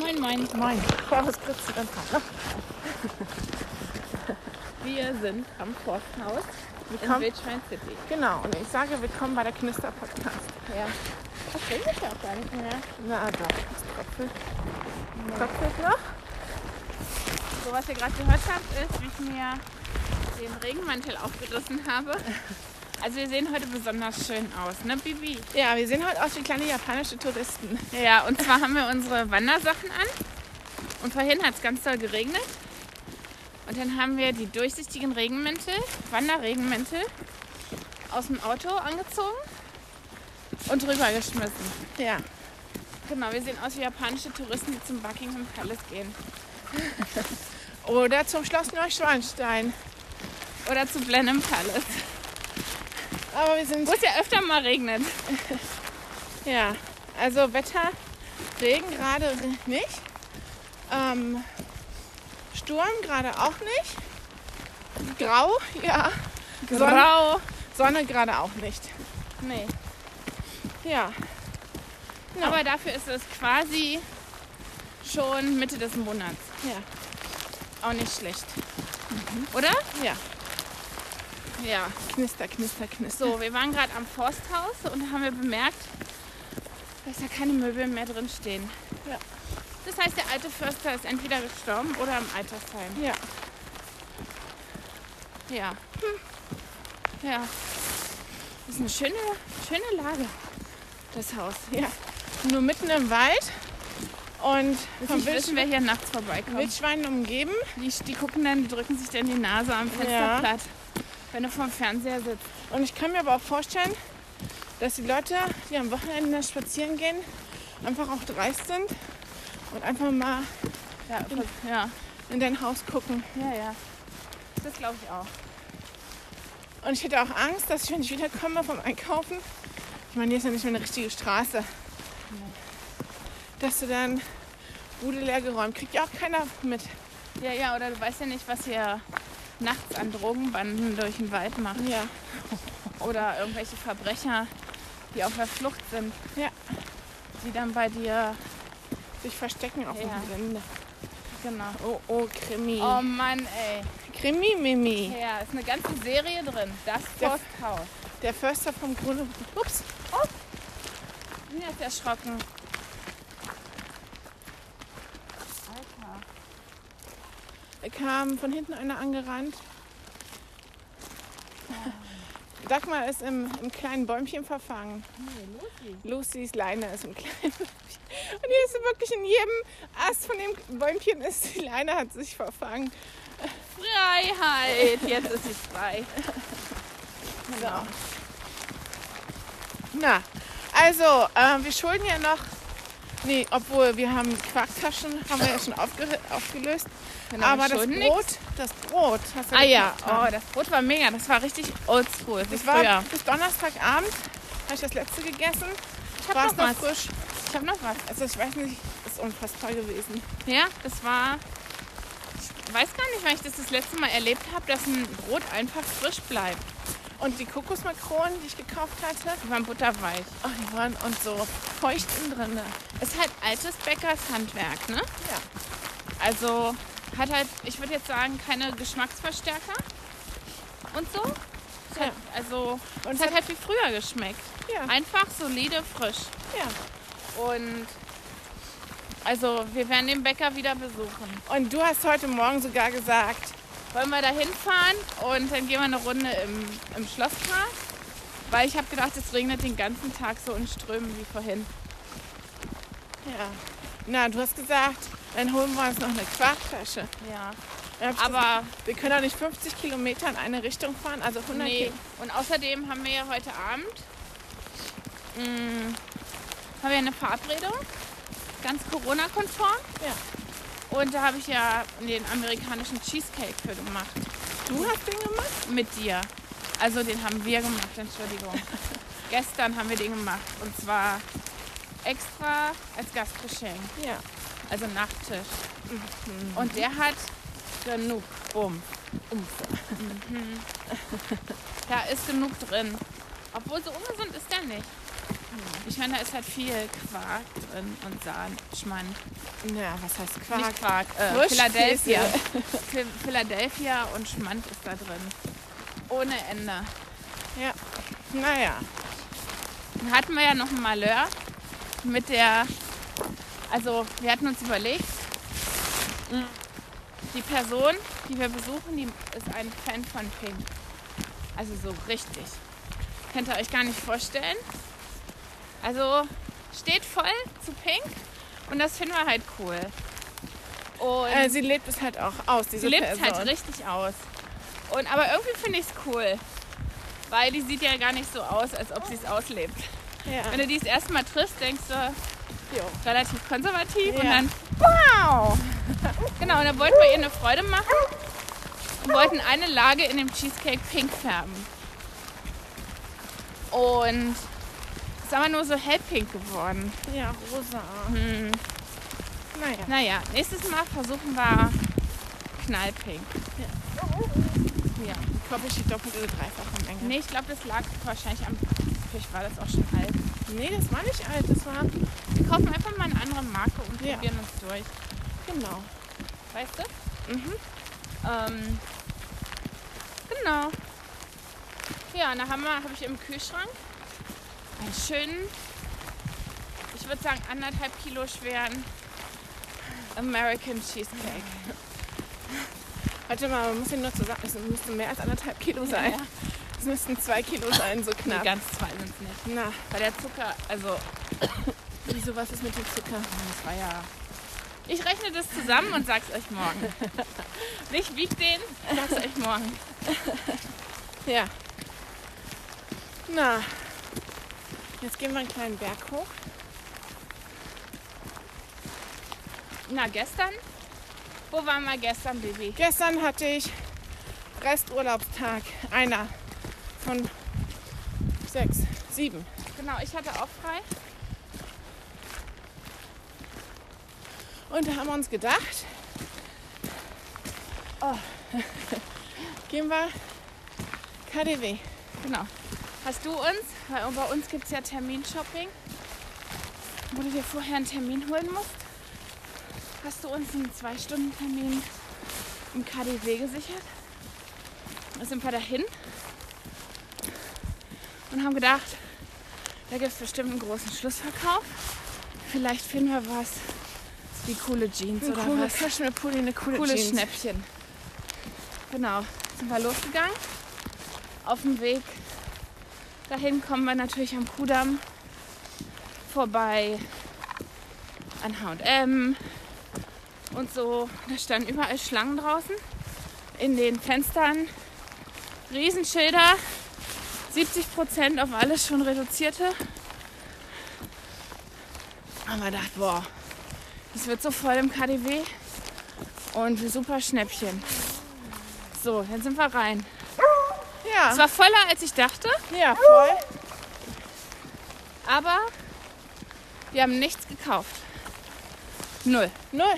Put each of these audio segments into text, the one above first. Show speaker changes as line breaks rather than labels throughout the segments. Moin. Was kriegst du denn dran?
Wir sind am Forsthaus in
Willkommen.
Wildschwein City.
Genau, und ich sage willkommen bei der Knister-Podcast.
Ja. Das bin ich auch gar nicht mehr.
Na doch, das tröpfelt. Tröpfelt noch?
So, was ihr gerade gehört habt, ist, wie ich mir den Regenmantel aufgerissen habe. Also wir sehen heute besonders schön aus, ne Bibi?
Ja, wir sehen heute aus wie kleine japanische Touristen.
Ja, und zwar haben wir unsere Wandersachen an. Und vorhin hat es ganz doll geregnet. Und dann haben wir die durchsichtigen Regenmäntel, Wanderregenmäntel, aus dem Auto angezogen und drüber geschmissen.
Ja.
Genau, wir sehen aus wie japanische Touristen, die zum Buckingham Palace gehen.
Oder zum Schloss Neuschwanstein.
Oder zu Blenheim Palace,
Aber wir sind.
wo es ja öfter mal regnet.
Ja. Also Wetter, Regen gerade re- nicht. Ähm, Sturm gerade auch nicht. Grau, ja. Sonne,
Grau.
Sonne gerade auch nicht.
Nee.
Ja. Ja.
Aber dafür ist es quasi schon Mitte des Monats.
Ja. Mhm.
Auch nicht schlecht. Oder?
Ja.
Ja.
Knister, knister, knister.
So, wir waren gerade am Forsthaus und da haben wir bemerkt, dass da keine Möbel mehr drin stehen.
Ja.
Das heißt, der alte Förster ist entweder gestorben oder im Altersheim.
Ja.
Ja. Ja. Das ist eine schöne, schöne Lage, das Haus.
Ja. Nur mitten im Wald und vom
Nicht wissen, wer
Wildschwein,
hier nachts vorbeikommt.
Wildschweinen umgeben.
Die, die gucken dann, die drücken sich dann die Nase am Fenster
Ja.
platt, wenn du vorm Fernseher sitzt.
Und ich kann mir aber auch vorstellen, dass die Leute, die am Wochenende spazieren gehen, einfach auch dreist sind und einfach mal
Ja, ja,
in dein Haus gucken.
ja. ja. Das glaube ich auch.
Und ich hätte auch Angst, dass ich, wenn ich wiederkomme vom Einkaufen, ich meine, hier ist ja nicht mehr eine richtige Straße, dass du dann Bude leer geräumt. Kriegt ja auch keiner mit.
Ja, ja, oder du weißt ja nicht, was hier nachts an Drogenbanden durch den Wald machen.
Ja.
Oder irgendwelche Verbrecher, die auf der Flucht sind.
Ja.
Die dann bei dir.
Sich verstecken auf
Ja.
dem Gelände.
Genau.
Oh, oh, Krimi.
Oh Mann, ey.
Krimi-Mimi.
Ja, ist eine ganze Serie drin. Das
Ja.
Forsthaus.
Der Förster vom Grüne. Ups.
Mir ist erschrocken. Alter.
Da kam von hinten einer angerannt. Dagmar ist im, im kleinen Bäumchen verfangen. Lucy's Leine ist im kleinen Bäumchen. Und hier ist sie wirklich in jedem Ast von dem Bäumchen ist die Leine hat sich verfangen.
Freiheit. Jetzt ist sie frei. Genau.
Na, also äh, wir schulden ja noch. Nee, obwohl wir haben Quarktaschen, haben wir ja schon aufge, aufgelöst.
Genau,
Aber das Brot,
schon nix.
das Brot hast du
Ah ja,
gekauft, ne?
oh, das Brot war mega. Das war richtig oldschool.
Das
Das
war
früher.
bis Donnerstagabend, habe ich das letzte gegessen.
Ich
War
hab
es
noch
noch
was.
frisch?
Ich hab noch was.
Also ich weiß nicht, ist unfassbar gewesen.
Ja, das war. Ich weiß gar nicht, wann ich das das letzte Mal erlebt habe, dass ein Brot einfach frisch bleibt.
Und die Kokosmakronen, die ich gekauft hatte,
Die waren butterweich.
oh, die waren und so feucht innen drin.
Ist halt altes Bäckershandwerk, ne?
Ja.
Also hat halt, ich würde jetzt sagen, keine Geschmacksverstärker und so. Es hat, also
Und
es hat halt wie früher geschmeckt.
ja,
Einfach solide, frisch.
ja.
Und also wir werden den Bäcker wieder besuchen.
Und du hast heute Morgen sogar gesagt,
Wollen wir da hinfahren und dann gehen wir eine Runde im, im Schlosspark. Weil ich habe gedacht, es regnet den ganzen Tag so in Strömen wie vorhin.
ja, na, du hast gesagt, dann holen wir uns noch eine Quarkflasche.
Ja.
Dann hab ich gesagt,
Aber
wir können doch nicht 50 Kilometer in eine Richtung fahren, also 100
nee.
Kil-
Und außerdem haben wir ja heute Abend mh, haben wir eine Verabredung. Ganz Corona-konform. Und da habe ich ja den amerikanischen Cheesecake für gemacht.
Du hast den gemacht?
Mit dir. Also den haben wir gemacht, Entschuldigung. Gestern haben wir den gemacht. Und zwar extra als Gastgeschenk.
Ja.
Also Nachttisch. Und der hat genug Rumpf. Mhm. Da ist genug drin. Obwohl so ungesund ist der nicht. Ich meine, da ist halt viel Quark drin und Sahne, Schmand.
Na, was heißt
Nicht Quark, äh,
Frisch
Philadelphia. Phil- Philadelphia und Schmand ist da drin. Ohne Ende.
Ja. Naja.
Dann hatten wir ja noch ein Malheur mit der, also wir hatten uns überlegt, die Person, die wir besuchen, die ist ein Fan von Pink. Also so richtig. Könnt ihr euch gar nicht vorstellen. Also steht voll zu Pink und das finden wir halt cool. Und
Äh, sie lebt es halt auch aus, diese
sie lebt
Person.
halt richtig aus. Und aber irgendwie finde ich es cool. Weil die sieht ja gar nicht so aus, als ob sie es auslebt.
Ja.
Wenn du die das erste Mal triffst, denkst du,
Jo.
relativ konservativ und
Ja.
dann wow! genau, und dann wollten wir ihr eine Freude machen und wollten eine Lage in dem Cheesecake pink färben. Und es ist aber nur so hellpink geworden.
Ja, rosa.
Hm.
Naja.
Naja, nächstes Mal versuchen wir knallpink. Ja.
Ich glaube, ich die doppelte oder dreifache Menge.
Nee, ich glaube, das lag wahrscheinlich am. Vielleicht war das auch schon alt.
Nee, das war nicht alt, das war.
Wir kaufen einfach mal eine andere Marke und
Ja.
probieren uns durch.
Genau.
Weißt du?
Mhm.
Ähm, genau. Ja, und da habe hab ich im Kühlschrank einen schönen, ich würde sagen anderthalb Kilo schweren American Cheesecake.
Warte mal, man muss ihn nur zusammen. Es müssten mehr als anderthalb Kilo sein.
Ja,
Es müssten zwei Kilo sein, so
nee,
knapp.
ganz zwei sind es nicht.
Na,
Weil der Zucker, also
wieso was ist mit dem Zucker?
das war ja... Ich rechne das zusammen und sag's euch morgen. Nicht wiegt den, sag's euch morgen.
Ja. Na, jetzt gehen wir einen kleinen Berg hoch.
Na, gestern? Wo waren wir gestern, Baby?
Gestern hatte ich Resturlaubstag. Einer von sechs, sieben.
Genau, ich hatte auch frei.
Und da haben wir uns gedacht, oh, gehen wir KDW.
Genau. Hast du uns, weil bei uns gibt es ja Terminshopping, wo du dir vorher einen Termin holen musst, hast du uns einen Zwei-Stunden-Termin im KDW gesichert. Da sind wir dahin und haben gedacht, da gibt es bestimmt einen großen Schlussverkauf. Vielleicht finden wir was wie coole Jeans
Eine
oder
coole
was.
Tasche, eine coole, eine coole,
Cooles
Jeans.
Schnäppchen. Genau, sind wir losgegangen. Auf dem Weg dahin kommen wir natürlich am Kudamm vorbei an H&M und so. Da standen überall Schlangen draußen in den Fenstern. Riesenschilder, 70% auf alles schon reduzierte. Aber wir dachten, boah, das wird so voll im KDW. Und super Schnäppchen. So, dann sind wir rein. Es
Ja,
war voller, als ich dachte,
ja, voll.
aber wir haben nichts gekauft. Null.
Null.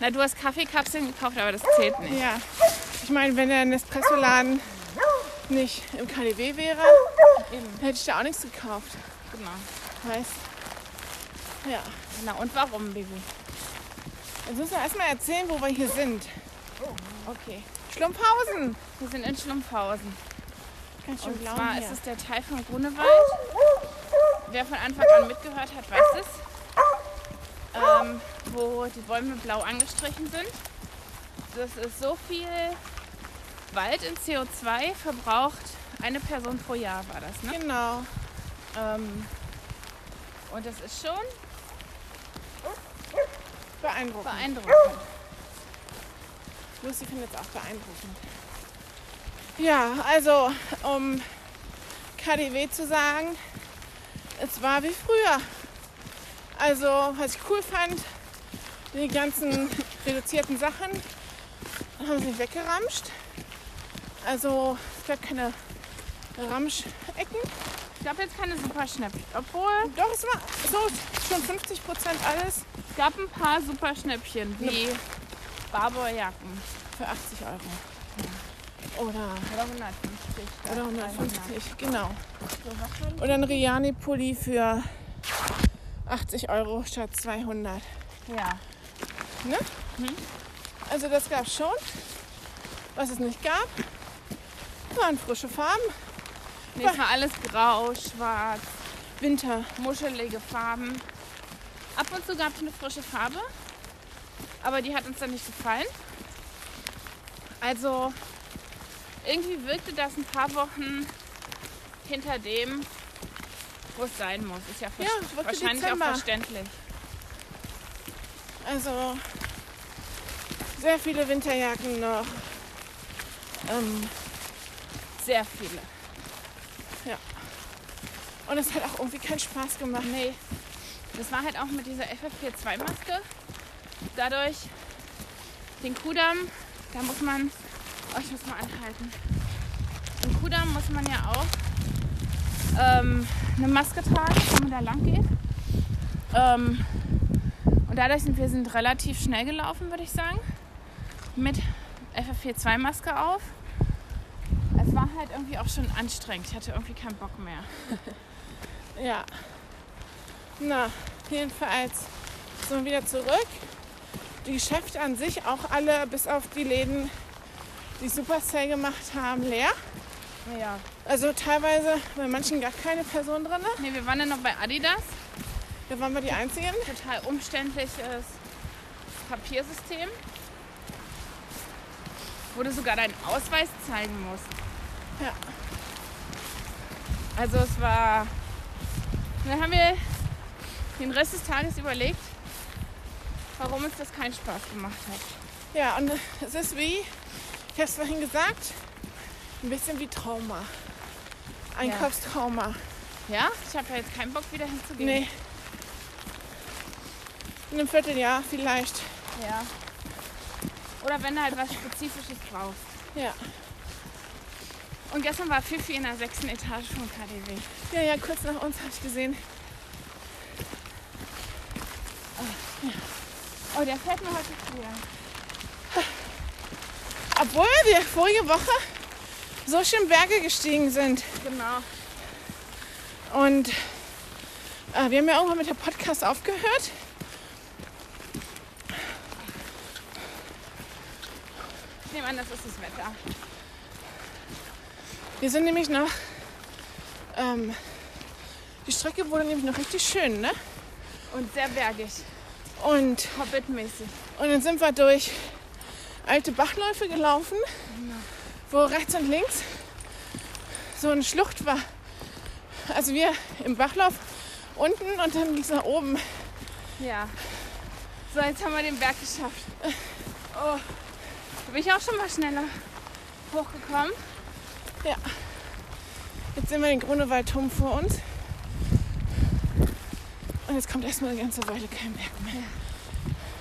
Na, du hast Kaffeekapseln gekauft, aber das zählt nicht.
Ja. Ich meine, wenn der Nespresso-Laden nicht im KDW wäre,
Eben.
hätte ich da auch nichts gekauft.
Genau.
Weißt Ja.
Na und warum, Baby?
Jetzt müssen wir erstmal erzählen, wo wir hier sind.
Okay.
Schlumpfhausen.
Wir sind in Schlumpfhausen.
Ganz schön
Und
blau
zwar
hier.
ist es der Teil von Grunewald. Wer von Anfang an mitgehört hat, weiß es. Ähm, wo die Bäume blau angestrichen sind. Das ist so viel Wald in CO2 verbraucht. Eine Person pro Jahr war das, ne?
Genau.
Ähm, und das ist schon
Beeindruckend.
beeindruckend.
Lucy findet es auch beeindruckend. Ja, also um KDW zu sagen, es war wie früher. Also was ich cool fand, die ganzen reduzierten Sachen haben sie weggeramscht. Also es gab keine Ramschecken.
Ich glaube jetzt keine Superschnäppchen. Obwohl,
Doch, es war so schon 50 Prozent alles
es gab ein paar Superschnäppchen, wie Barberjacken.
für 80 Euro. Oder
Oder 150.
ne?
Oder 150, genau.
So, was war
Und ein Riani-Pulli für 80 Euro statt 200.
das? Ja.
Also das gab schon. Was es nicht gab, waren frische Farben.
Nee, es war alles grau, schwarz,
Winter.
muschelige Farben. Ab und zu gab es eine frische Farbe, aber die hat uns dann nicht gefallen. Also irgendwie wirkte das ein paar Wochen hinter dem, wo es sein muss. Ist ja, ver-
Ja, es wirkte
wahrscheinlich
Dezember.
auch verständlich.
Also sehr viele Winterjacken noch. Ähm,
Sehr viele.
und es hat auch irgendwie keinen Spaß gemacht.
Nee, das war halt auch mit dieser FFP2-Maske. Dadurch den Kudamm, da muss man, oh, ich muss mal anhalten. Im Kudamm muss man ja auch ähm, eine Maske tragen, wenn man da lang geht. Ähm, und dadurch sind wir sind relativ schnell gelaufen, würde ich sagen. Mit FFP2-Maske auf. Es war halt irgendwie auch schon anstrengend. Ich hatte irgendwie keinen Bock mehr.
Ja. Na, jedenfalls sind wir wieder zurück. Die Geschäfte an sich auch alle, bis auf die Läden, die Supersale gemacht haben, leer.
Ja,
Also teilweise bei manchen gar keine Person drin.
Nee, wir waren ja noch bei Adidas.
Da waren wir die Einzigen.
Total umständliches Papiersystem, wo du sogar deinen Ausweis zeigen musst.
Ja.
Also es war... Dann haben wir den Rest des Tages überlegt, warum uns das keinen Spaß gemacht hat.
Ja, und es ist wie, ich habe es vorhin gesagt, ein bisschen wie Trauma. Einkaufstrauma.
Ja? Ich habe ja jetzt keinen Bock, wieder hinzugehen.
Nee. In einem Vierteljahr vielleicht.
Ja. Oder wenn du halt was Spezifisches brauchst.
Ja.
Und gestern war Fifi in der sechsten Etage von KDW.
Ja, ja, kurz nach uns habe ich gesehen.
Oh, der fällt mir heute früher.
Obwohl wir vorige Woche so schön Berge gestiegen sind.
Genau.
Und äh, wir haben ja irgendwann mit der Podcast aufgehört.
Ich nehme an, das ist das Wetter.
Wir sind nämlich noch. Ähm, die Strecke wurde nämlich noch richtig schön, ne?
Und sehr bergig,
Und,
Hobbit-mäßig.
und dann sind wir durch alte Bachläufe gelaufen, wo rechts und links so eine Schlucht war. Also wir im Bachlauf unten und dann ging es nach oben.
Ja. So, jetzt haben wir den Berg geschafft. Oh, da bin ich auch schon mal schneller hochgekommen.
Jetzt sehen wir den Grunewaldturm vor uns. Und jetzt kommt erstmal eine ganze Weile kein Berg mehr.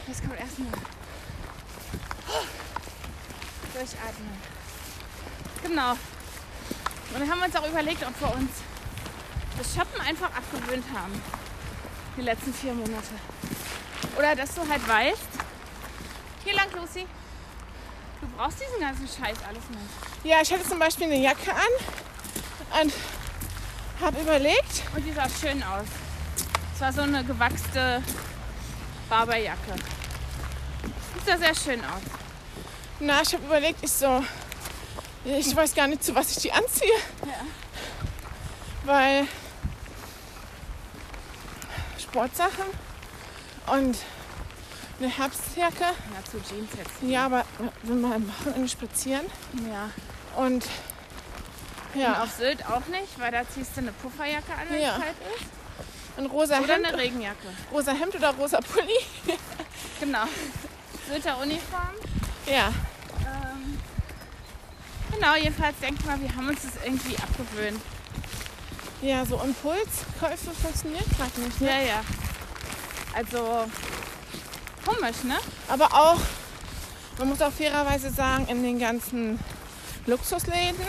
Jetzt kommt erstmal durchatmen. Genau. Und dann haben wir uns auch überlegt, ob wir uns das Shoppen einfach abgewöhnt haben. Die letzten vier Monate. Oder dass du halt weißt, hier lang, Lucy, du brauchst diesen ganzen Scheiß alles nicht.
Ja, ich hatte zum Beispiel eine Jacke an und habe überlegt,
Und die sah schön aus. Es war so eine gewachste Barberjacke. Die sah sehr schön aus.
na, ich habe überlegt, ich so, ich weiß gar nicht, zu was ich die anziehe.
Ja.
Weil Sportsachen und eine Herbstjacke,
Ja, zu Jeans jetzt.
ja, aber wenn wir am Wochenende spazieren
Ja.
und
Und
ja,
auf Sylt auch nicht, weil da ziehst du eine Pufferjacke an, wenn
Ja.
es kalt ist.
ein rosa
Oder
Hemd,
eine Regenjacke.
rosa Hemd oder rosa Pulli.
Genau. Sylter Uniform.
Ja,
Ähm, genau, jedenfalls denke mal, wir haben uns das irgendwie abgewöhnt.
ja, so Impulskäufe funktionieren gerade nicht. Ne?
Ja, ja. Also komisch, ne?
Aber auch, man muss auch fairerweise sagen, in den ganzen Luxusläden,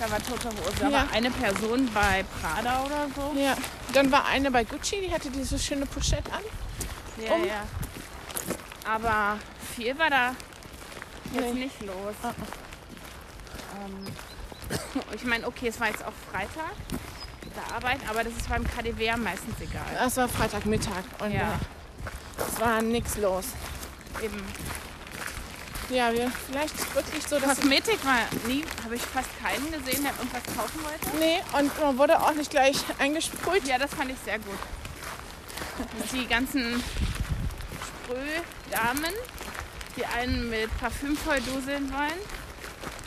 Da war tote Hose,
Ja.
aber eine Person bei Prada oder so.
ja, dann war eine bei Gucci, die hatte diese schöne Pochette an.
Ja,
Um.
ja. Aber viel war da jetzt
Nee.
nicht los. Ähm, Ich meine, okay, es war jetzt auch Freitag da arbeiten, aber das ist beim KDW ja meistens egal.
Es war Freitagmittag und
Ja.
äh, es war nichts los.
Eben.
Ja, wir vielleicht wirklich so, dass
Kosmetik war nie, habe ich fast keinen gesehen, der irgendwas kaufen wollte.
Nee, und man wurde auch nicht gleich eingesprüht.
Ja, das fand ich sehr gut. Die ganzen Sprühdamen, die einen mit Parfüm vollduseln wollen,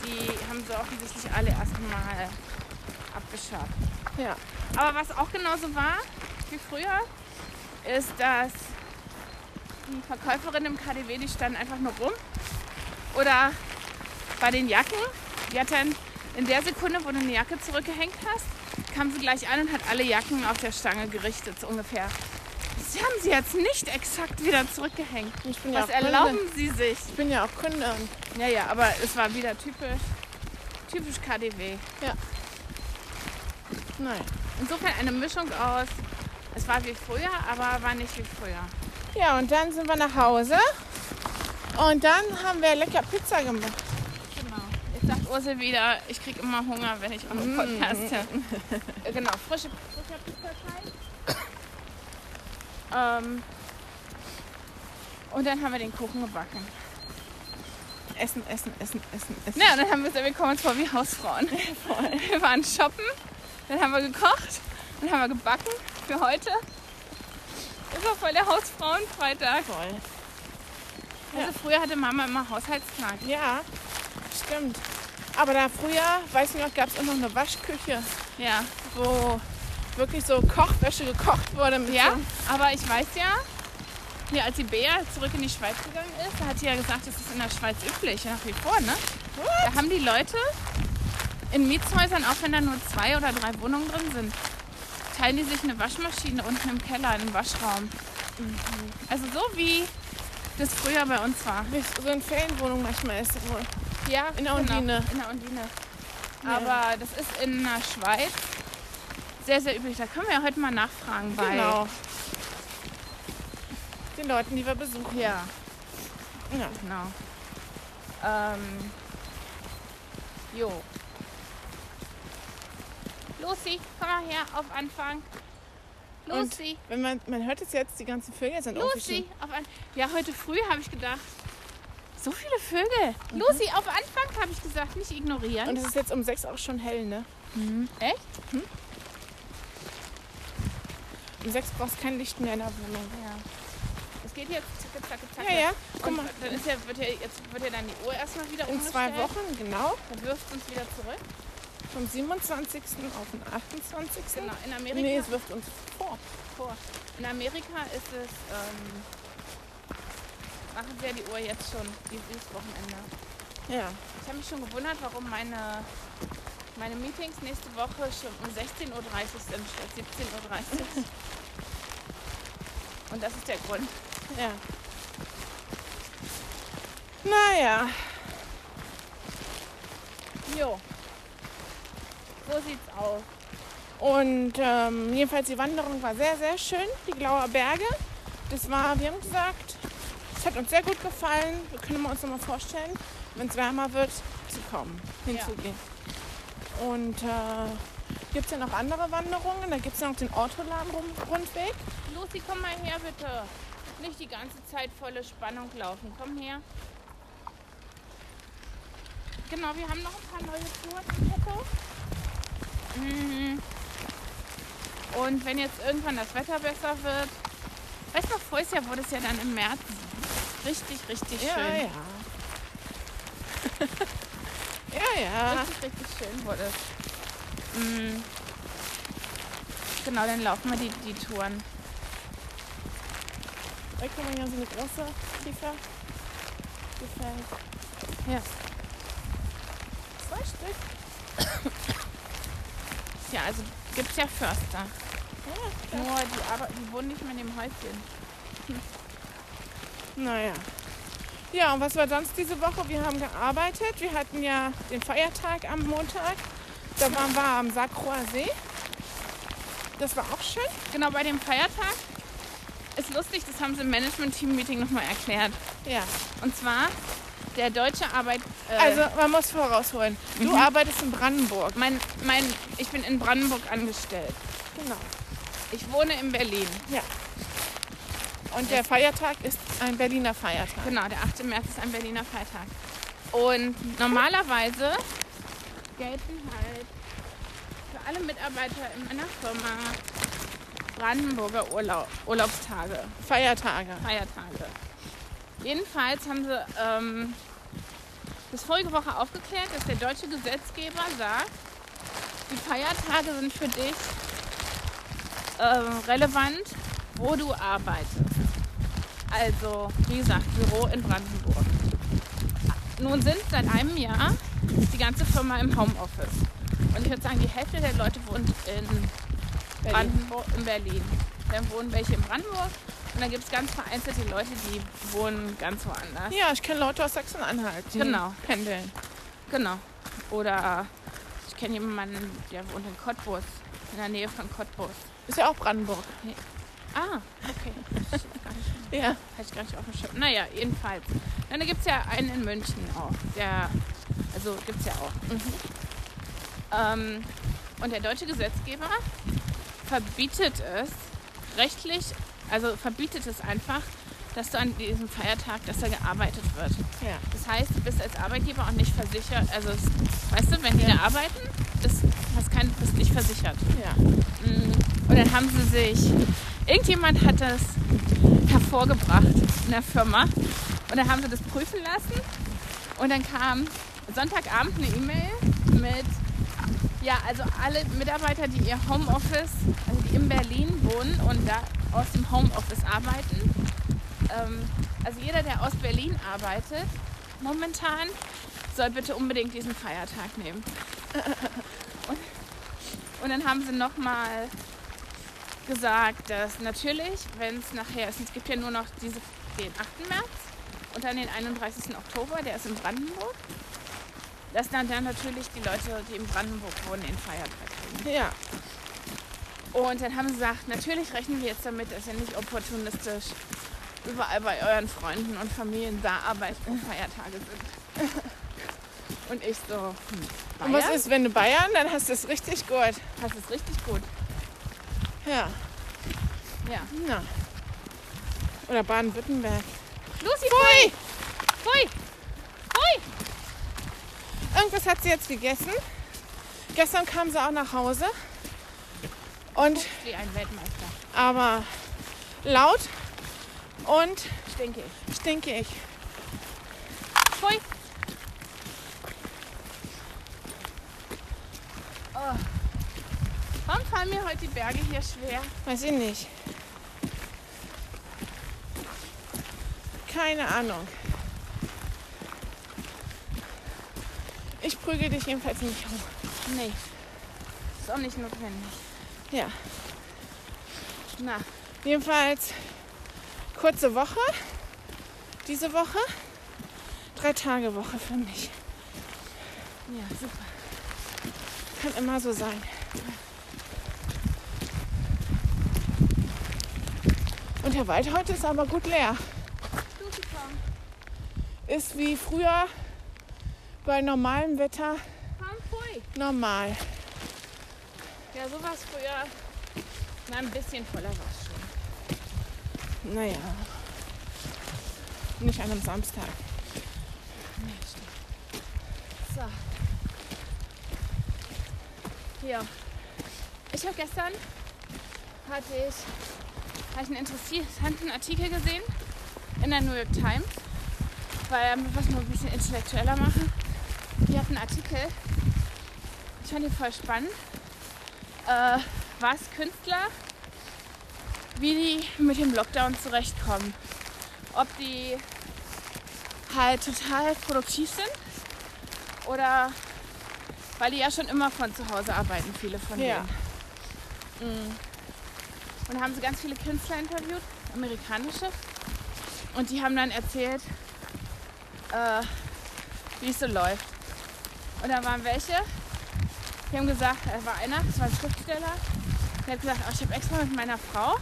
die haben sie offensichtlich alle erstmal abgeschabt.
Ja.
Aber was auch genauso war wie früher, ist, dass die Verkäuferinnen im KDW, die standen einfach nur rum. Oder bei den Jacken, die hat dann in der Sekunde, wo du eine Jacke zurückgehängt hast, kam sie gleich an und hat alle Jacken auf der Stange gerichtet, so ungefähr. Sie haben sie jetzt nicht exakt wieder zurückgehängt.
Ich bin
Was
ja auch
erlauben
Kunde.
sie sich?
Ich bin ja auch Kunde. Und
Ja, ja, aber es war wieder typisch, typisch KDW.
nein.
Insofern eine Mischung aus, es war wie früher, aber war nicht wie früher.
Ja, und dann sind wir nach Hause. Und dann haben wir lecker Pizza gemacht.
Genau. Jetzt sagt Ursel wieder, ich krieg immer Hunger, wenn ich unseren Podcast höre. Äh, genau, frische, frischer Pizzateig. ähm, und dann haben wir den Kuchen gebacken.
Essen, essen, essen, essen, essen.
Ja, und dann haben wir gesagt, wir kommen uns vor wie Hausfrauen. wir waren shoppen, dann haben wir gekocht, dann haben wir gebacken für heute. Das war voll der Hausfrauenfreitag.
Voll.
Also früher hatte Mama immer Haushaltstag.
Ja, stimmt. Aber da früher, weiß ich noch, gab es immer eine Waschküche,
Ja.
wo wirklich so Kochwäsche gekocht wurde. Mit
Ja,
So,
aber ich weiß ja, hier als die Bea zurück in die Schweiz gegangen ist, da hat sie ja gesagt, das ist in der Schweiz üblich, nach wie vor, ne? Da haben die Leute in Mietshäusern, auch wenn da nur zwei oder drei Wohnungen drin sind, teilen die sich eine Waschmaschine unten im Keller, in den Waschraum. Also so wie das früher bei uns war.
wie es so eine Ferienwohnung manchmal ist. Wo,
Ja,
in der Undine.
In der Undine.
Ja.
Aber das ist in der Schweiz sehr, sehr üblich. Da können wir ja heute mal nachfragen bei
genau. Den Leuten, die wir besuchen.
Ja.
Ja.
Genau. Ähm, jo. Lucy, komm mal her auf Anfang.
Und-
Lucy,
Wenn man, man hört es jetzt, die ganzen Vögel sind
Lucy, auf Anfang. Ja, heute früh habe ich gedacht, so viele Vögel. Lucy, auf Anfang habe ich gesagt, nicht ignorieren.
Mhm. Und es ist jetzt um sechs auch schon hell, ne?
Mhm.
Mhm.
Echt?
Um sechs brauchst du kein Licht mehr in der Wohnung.
Ja. Es geht jetzt zacke, zacke, zacke.
Ja, ja.
Guck
Guck mal,
Dann ist ja, wird ja, jetzt wird ja dann die Uhr erstmal wieder
in zwei
umgestellt.
Wochen, genau,
Dann wirft uns wieder zurück.
vom 27. auf den 28.
Genau, in Amerika.
Nee, es wirft uns vor.
vor. In Amerika ist es, ähm, machen sie ja die Uhr jetzt schon, die- dieses Wochenende.
Ja.
Ich habe mich schon gewundert, warum meine, meine Meetings nächste Woche schon um 16.30 Uhr sind statt 17.30 Uhr. Und das ist der Grund.
Ja. Naja,
Jo. So sieht's aus.
und ähm, jedenfalls die Wanderung war sehr, sehr schön, die Glauer Berge. Das war, wir haben gesagt, es hat uns sehr gut gefallen. Wir können uns nochmal vorstellen, wenn es wärmer wird, zu kommen, hinzugehen. Und äh, gibt es ja noch andere Wanderungen. Da gibt es ja noch den Ortolan-Rundweg.
Lucy, komm mal her bitte. Nicht die ganze Zeit volle Spannung laufen. Komm her. Genau, wir haben noch ein paar neue Touren im Petto. Mm. Und wenn jetzt irgendwann das Wetter besser wird, weißt du, noch, voriges Jahr wurde es ja dann im März richtig, richtig
Ja,
schön.
ja. ja, ja.
Richtig, richtig schön wurde es. Mm. Genau, dann laufen wir die, die Touren.
Da kann man ja so eine große Kiefer. Gefällt.
Ja.
Zwei Stück.
Ja, also gibt es ja Förster.
Ja,
Nur die, Arbe- die wohnen nicht mehr in dem Häuschen.
Naja. Ja, und was war sonst diese Woche? Wir haben gearbeitet. Wir hatten ja den Feiertag am Montag. Da waren wir am Sacroer See. Das war auch schön.
Genau, bei dem Feiertag ist lustig, das haben sie im Management-Team-Meeting nochmal erklärt.
Ja.
Und zwar, der Deutsche Arbeit, Äh, Mhm.
Also man muss vorausholen. Du arbeitest in Brandenburg.
mein, mein, ich bin in Brandenburg angestellt.
Genau.
Ich wohne in Berlin.
Und der Feiertag ist ein Berliner Feiertag.
Genau, der 8. März ist ein Berliner Freitag. Und normalerweise gelten halt für alle Mitarbeiter in meiner Firma Brandenburger Urlaub, Urlaubstage,
Feiertage.
Feiertage. Jedenfalls haben sie ähm, das vorige Woche aufgeklärt, dass der deutsche Gesetzgeber sagt, die Feiertage sind für dich ähm, relevant, wo du arbeitest. Also, wie gesagt, Büro in Brandenburg. Nun sind seit einem Jahr die ganze Firma im Homeoffice. Und ich würde sagen, die Hälfte der Leute wohnt in Brandenburg, in Berlin. Dann wohnen welche in Brandenburg und dann gibt es ganz vereinzelte Leute, die wohnen ganz woanders.
Ja, ich kenne Leute aus Sachsen-Anhalt. die
Genau.
Pendeln.
Genau. Oder ich kenne jemanden, der wohnt in Cottbus, in der Nähe von Cottbus.
Ist ja auch Brandenburg.
Ah, okay. Shit, gar nicht,
Ja.
hatte ich gar nicht auf dem Schirm. Naja, jedenfalls. Dann gibt es ja einen in München auch. Der, also gibt es ja auch. Ähm, und der deutsche Gesetzgeber verbietet es rechtlich, also verbietet es einfach, dass du an diesem Feiertag, dass da gearbeitet wird.
ja.
Das heißt, du bist als Arbeitgeber auch nicht versichert. Also, es- weißt du, wenn die
Ja.
da arbeiten, ist, hast kein, bist nicht versichert.
Ja.
Mm, Und dann haben sie sich, irgendjemand hat das hervorgebracht in der Firma. Und dann haben sie das prüfen lassen. Und dann kam Sonntagabend eine E-Mail mit, ja, also alle Mitarbeiter, die ihr Homeoffice, also die in Berlin wohnen und da aus dem Homeoffice arbeiten. Ähm, also jeder, der aus Berlin arbeitet, momentan, soll bitte unbedingt diesen Feiertag nehmen. Und dann haben sie nochmal gesagt, dass natürlich, wenn es nachher ist, es gibt ja nur noch diese, den 8. März und dann den 31. Oktober, der ist in Brandenburg, dass dann, dann natürlich die Leute, die in Brandenburg wohnen, den Feiertag kriegen.
Ja.
Und dann haben sie gesagt, natürlich rechnen wir jetzt damit, dass ihr nicht opportunistisch überall bei euren Freunden und Familien da arbeitet, wo Feiertage sind. Und ich so, hm,
Und was
Bayern?
ist, wenn du Bayern, dann hast du es richtig gut.
Das ist richtig gut.
Ja.
Ja.
Na. Oder Baden-Württemberg.
Lucy,
Hui!
Pfui! Pfui!
Irgendwas hat sie jetzt gegessen. Gestern kam sie auch nach Hause. Und
Wie ein Weltmeister.
aber laut und
Stinke ich.
stinkig.
Pfui! Oh. Warum fallen mir heute die Berge hier schwer?
Weiß ich nicht. Keine Ahnung. Ich prüge dich jedenfalls nicht um.
Nee. Ist auch nicht notwendig.
Ja.
Na,
Jedenfalls kurze Woche. Diese Woche. Drei Tage Woche für mich.
ja, super.
Kann immer so sein. Und der Wald heute ist aber gut leer.
Lucy, komm.
Ist wie früher bei normalem Wetter
Komm, pfui.
normal.
Ja, sowas früher. Na, ein bisschen voller war es schon.
Naja. Nicht an einem Samstag.
Nee, stimmt. So. Hier. Ich habe gestern hatte ich, hatte ich einen interessanten Artikel gesehen in der New York Times, weil er mir was nur ein bisschen intellektueller machen. Die hat einen Artikel, ich fand ihn voll spannend, äh, was Künstler, wie die mit dem Lockdown zurechtkommen. Ob die halt total produktiv sind oder weil die ja schon immer von zu Hause arbeiten, viele von
Ja.
denen. Mm. Und da haben sie ganz viele Künstler interviewt, amerikanische. Und die haben dann erzählt, äh, wie es so läuft. Und da waren welche, die haben gesagt, da war einer, das war ein Schriftsteller, der hat gesagt, oh, ich habe extra mit meiner Frau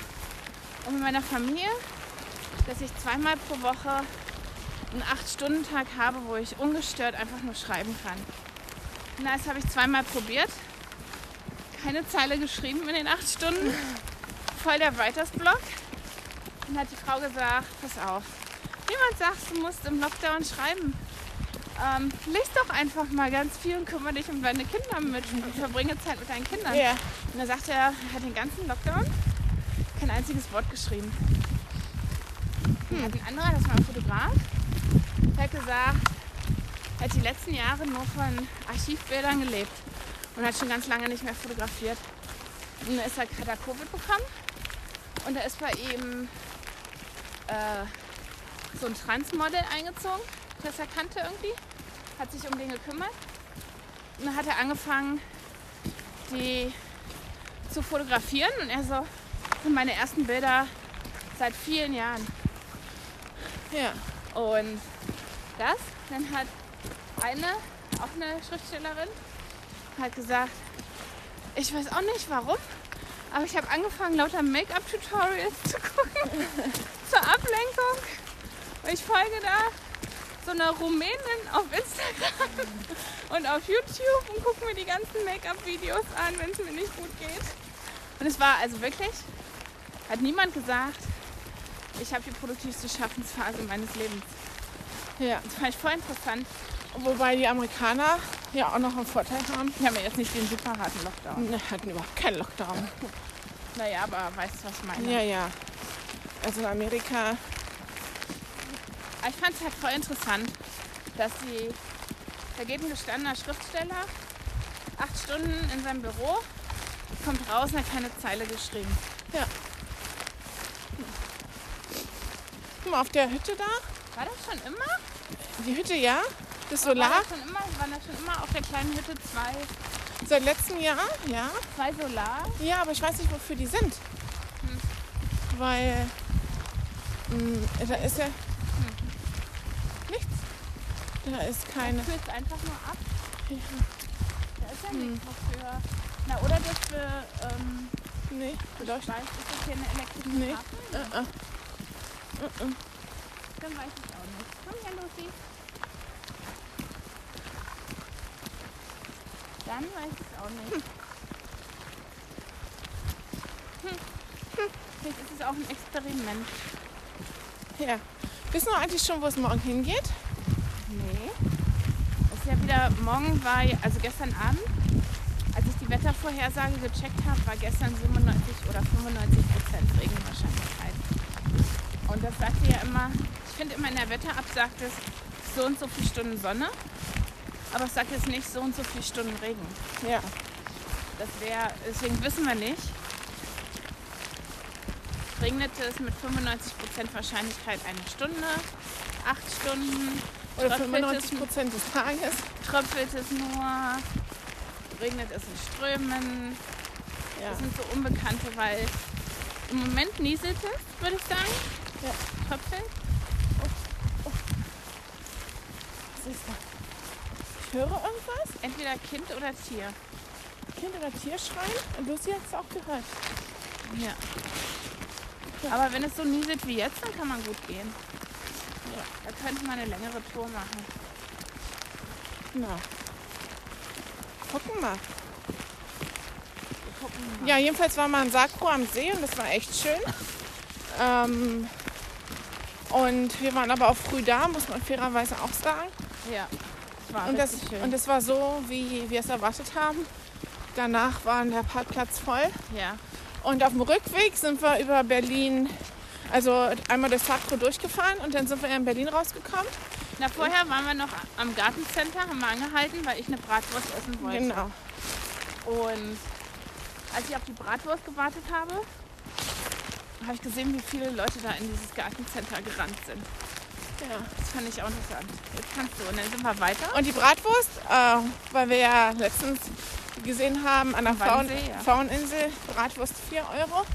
und mit meiner Familie, dass ich zweimal pro Woche einen 8-Stunden-Tag habe, wo ich ungestört einfach nur schreiben kann. Na, das habe ich zweimal probiert. Keine Zeile geschrieben in den 8 Stunden. Voll der Writers-Block. Dann hat die Frau gesagt, pass auf, niemand sagt, du musst im Lockdown schreiben. Ähm, lies doch einfach mal ganz viel und kümmere dich um deine Kinder mit und verbringe Zeit mit deinen Kindern.
Ja.
Und dann sagt er, er hat den ganzen Lockdown kein einziges Wort geschrieben. Dann Hat ein anderer, das war ein Fotograf, der hat gesagt, er hat die letzten Jahre nur von Archivbildern gelebt und hat schon ganz lange nicht mehr fotografiert. Und dann ist er, hat er Covid bekommen und da ist bei ihm äh, so ein Transmodel eingezogen, das er kannte irgendwie, hat sich um den gekümmert und dann hat er angefangen, die zu fotografieren und er so, das sind meine ersten Bilder seit vielen Jahren.
Ja.
Und das, dann hat eine, auch eine Schriftstellerin, hat gesagt, ich weiß auch nicht warum, aber ich habe angefangen, lauter Make-up-Tutorials zu gucken, zur Ablenkung. Und ich folge da so einer Rumänin auf Instagram und auf YouTube und gucke mir die ganzen Make-up-Videos an, wenn es mir nicht gut geht. Und es war also wirklich, hat niemand gesagt, ich habe die produktivste Schaffensphase meines Lebens.
ja.
Das fand ich voll interessant.
Wobei die Amerikaner ja auch noch einen Vorteil haben.
Wir haben ja jetzt nicht den super harten Lockdown.
Ne, hatten überhaupt keinen Lockdown.
Naja, aber weißt du, was ich meine?
Ja, ja. Also in Amerika,
Aber Ich fand es halt voll interessant, dass die, da geht ein gestandener Schriftsteller, acht Stunden in seinem Büro, kommt raus und hat keine Zeile geschrieben.
guck mal, auf der Hütte da,
War das schon immer?
die Hütte, ja, das
War
Solar,
das schon immer? Waren da schon immer auf der kleinen Hütte zwei,
seit letztem Jahr, ja.
zwei Solar?
Ja, aber ich weiß nicht, wofür die sind. Weil mh, da ist ja nichts. Da ist keine.
Kühlst einfach nur ab. Da ist ja
Hm.
nichts wofür. Na, oder dass wir, ähm,
Nee,
ich weiß, ist das hier eine elektrische
Nee.
Tafel?
Äh, äh.
Dann weiß ich auch nicht. Komm her, Lucy. Dann weiß ich auch nicht. Hm. Hm. Vielleicht ist es auch ein Experiment.
Ja. Wissen wir eigentlich schon, wo es morgen hingeht?
Nee. Es ist ja wieder, morgen war, ja- also gestern Abend, als ich die Wettervorhersage gecheckt habe, war gestern 97 oder 95 Prozent Regenwahrscheinlichkeit. Und das sagt ihr ja immer, ich finde immer in der Wetter-App sagt es so und so viele Stunden Sonne, aber es sagt jetzt nicht so und so viele Stunden Regen.
Ja.
Das wäre, deswegen wissen wir nicht. Regnete es mit 95% Wahrscheinlichkeit eine Stunde, acht Stunden,
Oder
Stadt
95
Petersen.
Prozent des Tages.
tröpfelt es nur, regnet es in Strömen.
Ja.
Das sind so Unbekannte, weil im Moment nieselt es, würde ich sagen.
Ja.
Tröpfelt.
Siehst du. Ich höre irgendwas.
Entweder Kind oder Tier.
Kind oder Tier schreien. Und Lucy hat es auch gehört.
Ja. Aber wenn es so nieselt wie jetzt, dann kann man gut gehen.
Ja.
Da könnte man eine längere Tour machen.
Na. Gucken mal.
Wir gucken mal.
Ja, jedenfalls war mal in Sakro am See und das war echt schön. Ähm, und wir waren aber auch früh da, muss man fairerweise auch sagen.
ja. Ah, Das war
Und das,
richtig schön.
und das war so, wie wir es erwartet haben. Danach war der Parkplatz voll.
ja.
Und auf dem Rückweg sind wir über Berlin, also einmal durch Sakro durchgefahren und dann sind wir in Berlin rausgekommen.
Na, vorher waren wir noch am Gartencenter, haben wir angehalten, weil ich eine Bratwurst essen wollte.
Genau.
Und als ich auf die Bratwurst gewartet habe, habe ich gesehen, wie viele Leute da in dieses Gartencenter gerannt sind.
Ja.
Das fand ich auch interessant. Jetzt kannst du. Und dann sind wir weiter.
Und die Bratwurst, äh, weil wir ja letztens gesehen haben an der Faun
Wannsee, ja.
Fauninsel, Bratwurst 4 Euro.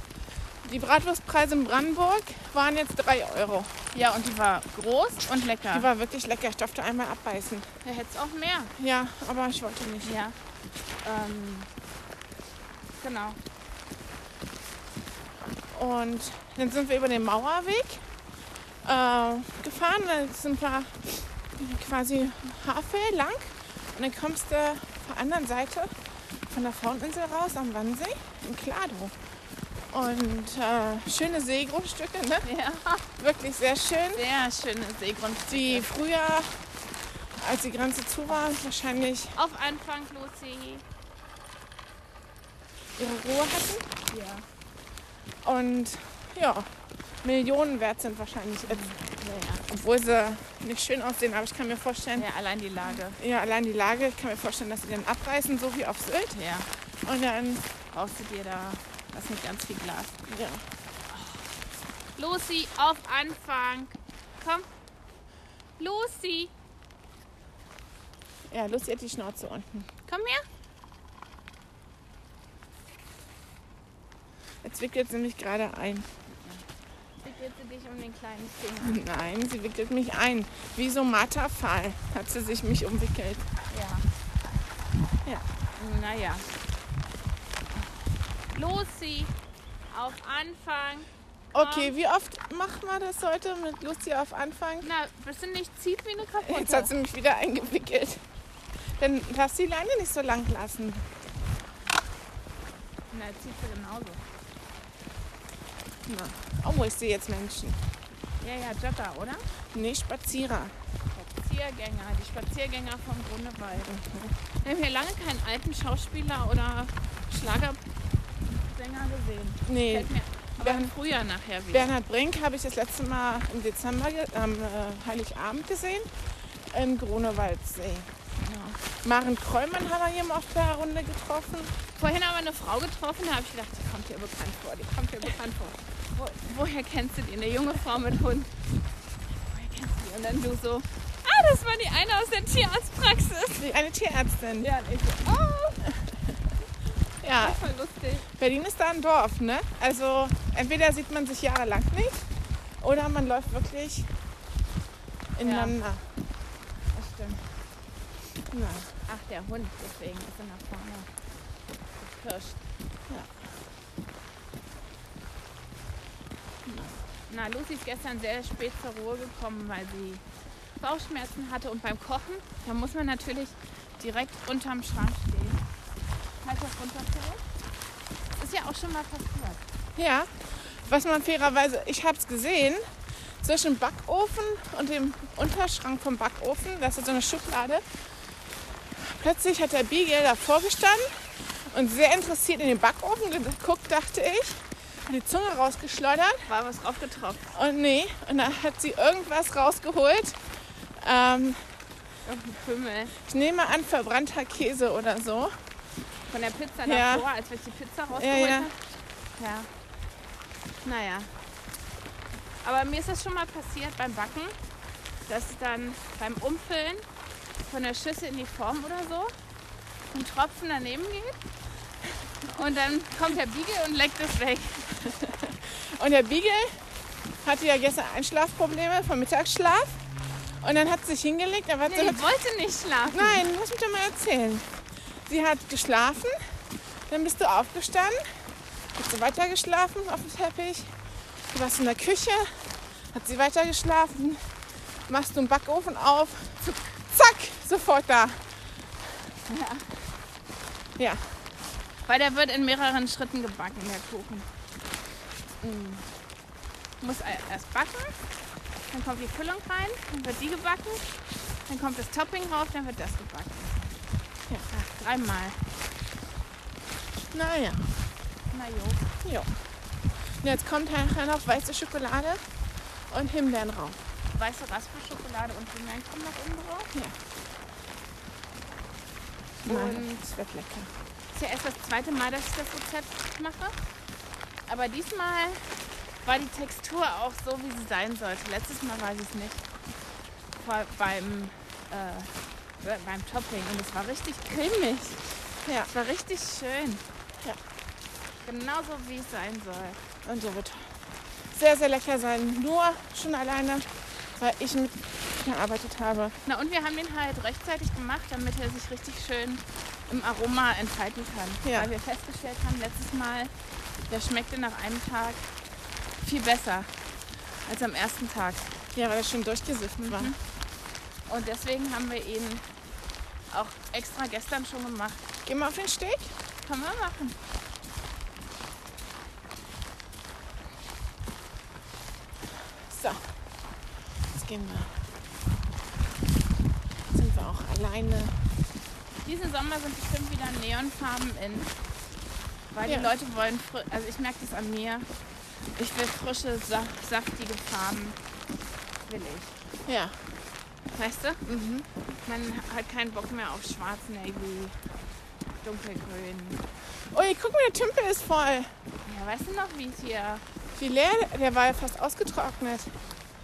Die Bratwurstpreise in Brandenburg waren jetzt 3 Euro.
Ja, und die war groß und lecker.
Die war wirklich lecker. Ich durfte einmal abbeißen.
da hätte es auch mehr.
Ja, aber ich wollte nicht.
Ja. Ähm, genau.
Und dann sind wir über den Mauerweg äh, gefahren gefahren, da sind wir quasi Havel lang und dann kommst du auf der anderen Seite von der Fauninsel raus am Wannsee in Klado. Und äh, schöne Seegrundstücke, ne?
Ja,
wirklich sehr schön.
sehr schöne Seegrund.
Die früher, als die Grenze zu war, wahrscheinlich
Auf Anfang, Lucy.
ihre Ruhe hatten.
Ja.
Und ja, Millionen wert sind wahrscheinlich. Äh,
Ja,
obwohl sie nicht schön aussehen, aber ich kann mir vorstellen,
ja. ja, allein die Lage.
Ja, allein die Lage, ich kann mir vorstellen, dass sie dann abreißen, so wie auf Sylt.
Ja,
Und dann,
brauchst du dir da, das nicht ganz viel Glas.
ja.
Lucy, auf Anfang. Komm. Lucy,
Ja, Lucy hat die Schnauze unten.
komm her.
Jetzt wickelt sie mich gerade ein.
Wickelte dich um den kleinen Finger.
Nein, sie wickelt mich ein. Wie so Matterfall hat sie sich mich umwickelt.
Ja. Ja. Naja. Lucy, auf Anfang.
Okay, wie oft machen wir das heute mit Lucy auf Anfang?
Na, bist du nicht zieht wie eine kaputte?
Jetzt hat sie mich wieder eingewickelt. Dann lass die Leine nicht so lang lassen.
Na, zieht sie genauso.
Oh, ich sehe jetzt Menschen.
Ja, ja, Jogger, oder?
Nee, Spazierer.
Spaziergänger, die Spaziergänger vom Grunewald. Wir haben hier lange keinen alten Schauspieler oder Schlagersänger gesehen.
Nee,
Fällt mir aber
Bern-
im Frühjahr nachher wieder.
Bernhard Brink habe ich das letzte Mal im Dezember ge- am äh, Heiligabend gesehen im Grunewaldsee. Genau.
Ja.
Maren Krollmann haben wir hier mal auf der Runde getroffen.
Vorhin haben wir eine Frau getroffen, da habe ich gedacht, die kommt hier bekannt vor, die kommt hier bekannt vor. Wo, woher kennst du die? Eine junge Frau mit Hund. Woher kennst du die? Und dann du so, ah, das war die eine aus der Tierarztpraxis.
Die- Eine Tierärztin.
Ja, und ich so, oh,
Ja,
das war lustig.
Berlin ist da ein Dorf, ne? Also entweder sieht man sich jahrelang nicht oder man läuft wirklich ineinander.
Das stimmt.
Na,
Ach, der Hund, deswegen ist er nach vorne gepirscht.
Ja.
Na, Lucy ist gestern sehr spät zur Ruhe gekommen, weil sie Bauchschmerzen hatte und beim Kochen, da muss man natürlich direkt unterm Schrank stehen. Halt das runter, Philipp. Ist ja auch schon mal passiert.
Ja, was man fairerweise, ich habe es gesehen, zwischen Backofen und dem Unterschrank vom Backofen, das ist so eine Schublade, plötzlich hat der Beagle davor gestanden und sehr interessiert in den Backofen geguckt, dachte ich, hat die Zunge rausgeschleudert
War was drauf getroffen.
und nee, und dann hat sie irgendwas rausgeholt. Ähm,
Irgendein Kümmel.
ich nehme an, verbrannter Käse oder so.
Von der Pizza
Ja.
davor, als wir die Pizza rausgeholt
ja.
haben. Ja. Naja. Aber mir ist das schon mal passiert beim Backen, dass dann beim Umfüllen von der Schüssel in die Form oder so ein Tropfen daneben geht. Und dann kommt der Beagle und leckt es weg.
Und der Beagle hatte ja gestern Einschlafprobleme vom Mittagsschlaf. Und dann hat sie sich hingelegt, aber hat
Nee,
so
ich wollte nicht schlafen.
Nein, du musst mich doch mal erzählen. Sie hat geschlafen, dann bist du aufgestanden, hat sie weitergeschlafen auf dem Teppich. Du warst in der Küche, hat sie weitergeschlafen, machst du einen Backofen auf, zuck, zack, sofort da. Ja. Ja,
Weil der wird in mehreren Schritten gebacken, der Kuchen. Muss e- erst backen, dann kommt die Füllung rein, dann wird die gebacken, dann kommt das Topping drauf, dann wird das gebacken.
Ja.
Ach, dreimal.
naja.
Na jo.
Jo. Und jetzt kommt nachher noch weiße Schokolade und Himbeeren rauf.
Weiße Raspelschokolade und Himbeeren kommen noch oben drauf.
Mann, das wird lecker.
Das ist ja erst das zweite Mal, dass ich das Rezept mache. Aber diesmal war die Textur auch so, wie sie sein sollte. Letztes Mal weiß ich es nicht. Vor, beim, äh, be- beim Topping. Und es war richtig cremig.
Ja.
Es war richtig schön.
Ja.
Genauso wie es sein soll.
Und so wird sehr, sehr lecker sein. Nur schon alleine, weil ich mitgearbeitet habe.
Na und wir haben den halt rechtzeitig gemacht, damit er sich richtig schön im Aroma entfalten kann.
Ja.
Weil wir festgestellt haben, letztes Mal, der schmeckte nach einem Tag viel besser als am ersten Tag.
Ja, weil das schon durchgesifft war.
Und deswegen haben wir ihn auch extra gestern schon gemacht.
Gehen wir auf den Steg?
Kann man machen.
So. Jetzt gehen wir. Jetzt sind wir auch alleine.
Diesen Sommer sind bestimmt wieder Neonfarben in. Weil
Ja.
die Leute wollen, fri- also ich merke das an mir, ich will frische, sa- saftige Farben. Will ich.
Ja.
Weißt du?
Mhm.
Man hat keinen Bock mehr auf schwarz, navy, dunkelgrün.
Ui, Oh, guck mal, der Tümpel ist voll.
Ja, weißt du noch, wie es hier...
Wie leer, der war ja fast ausgetrocknet.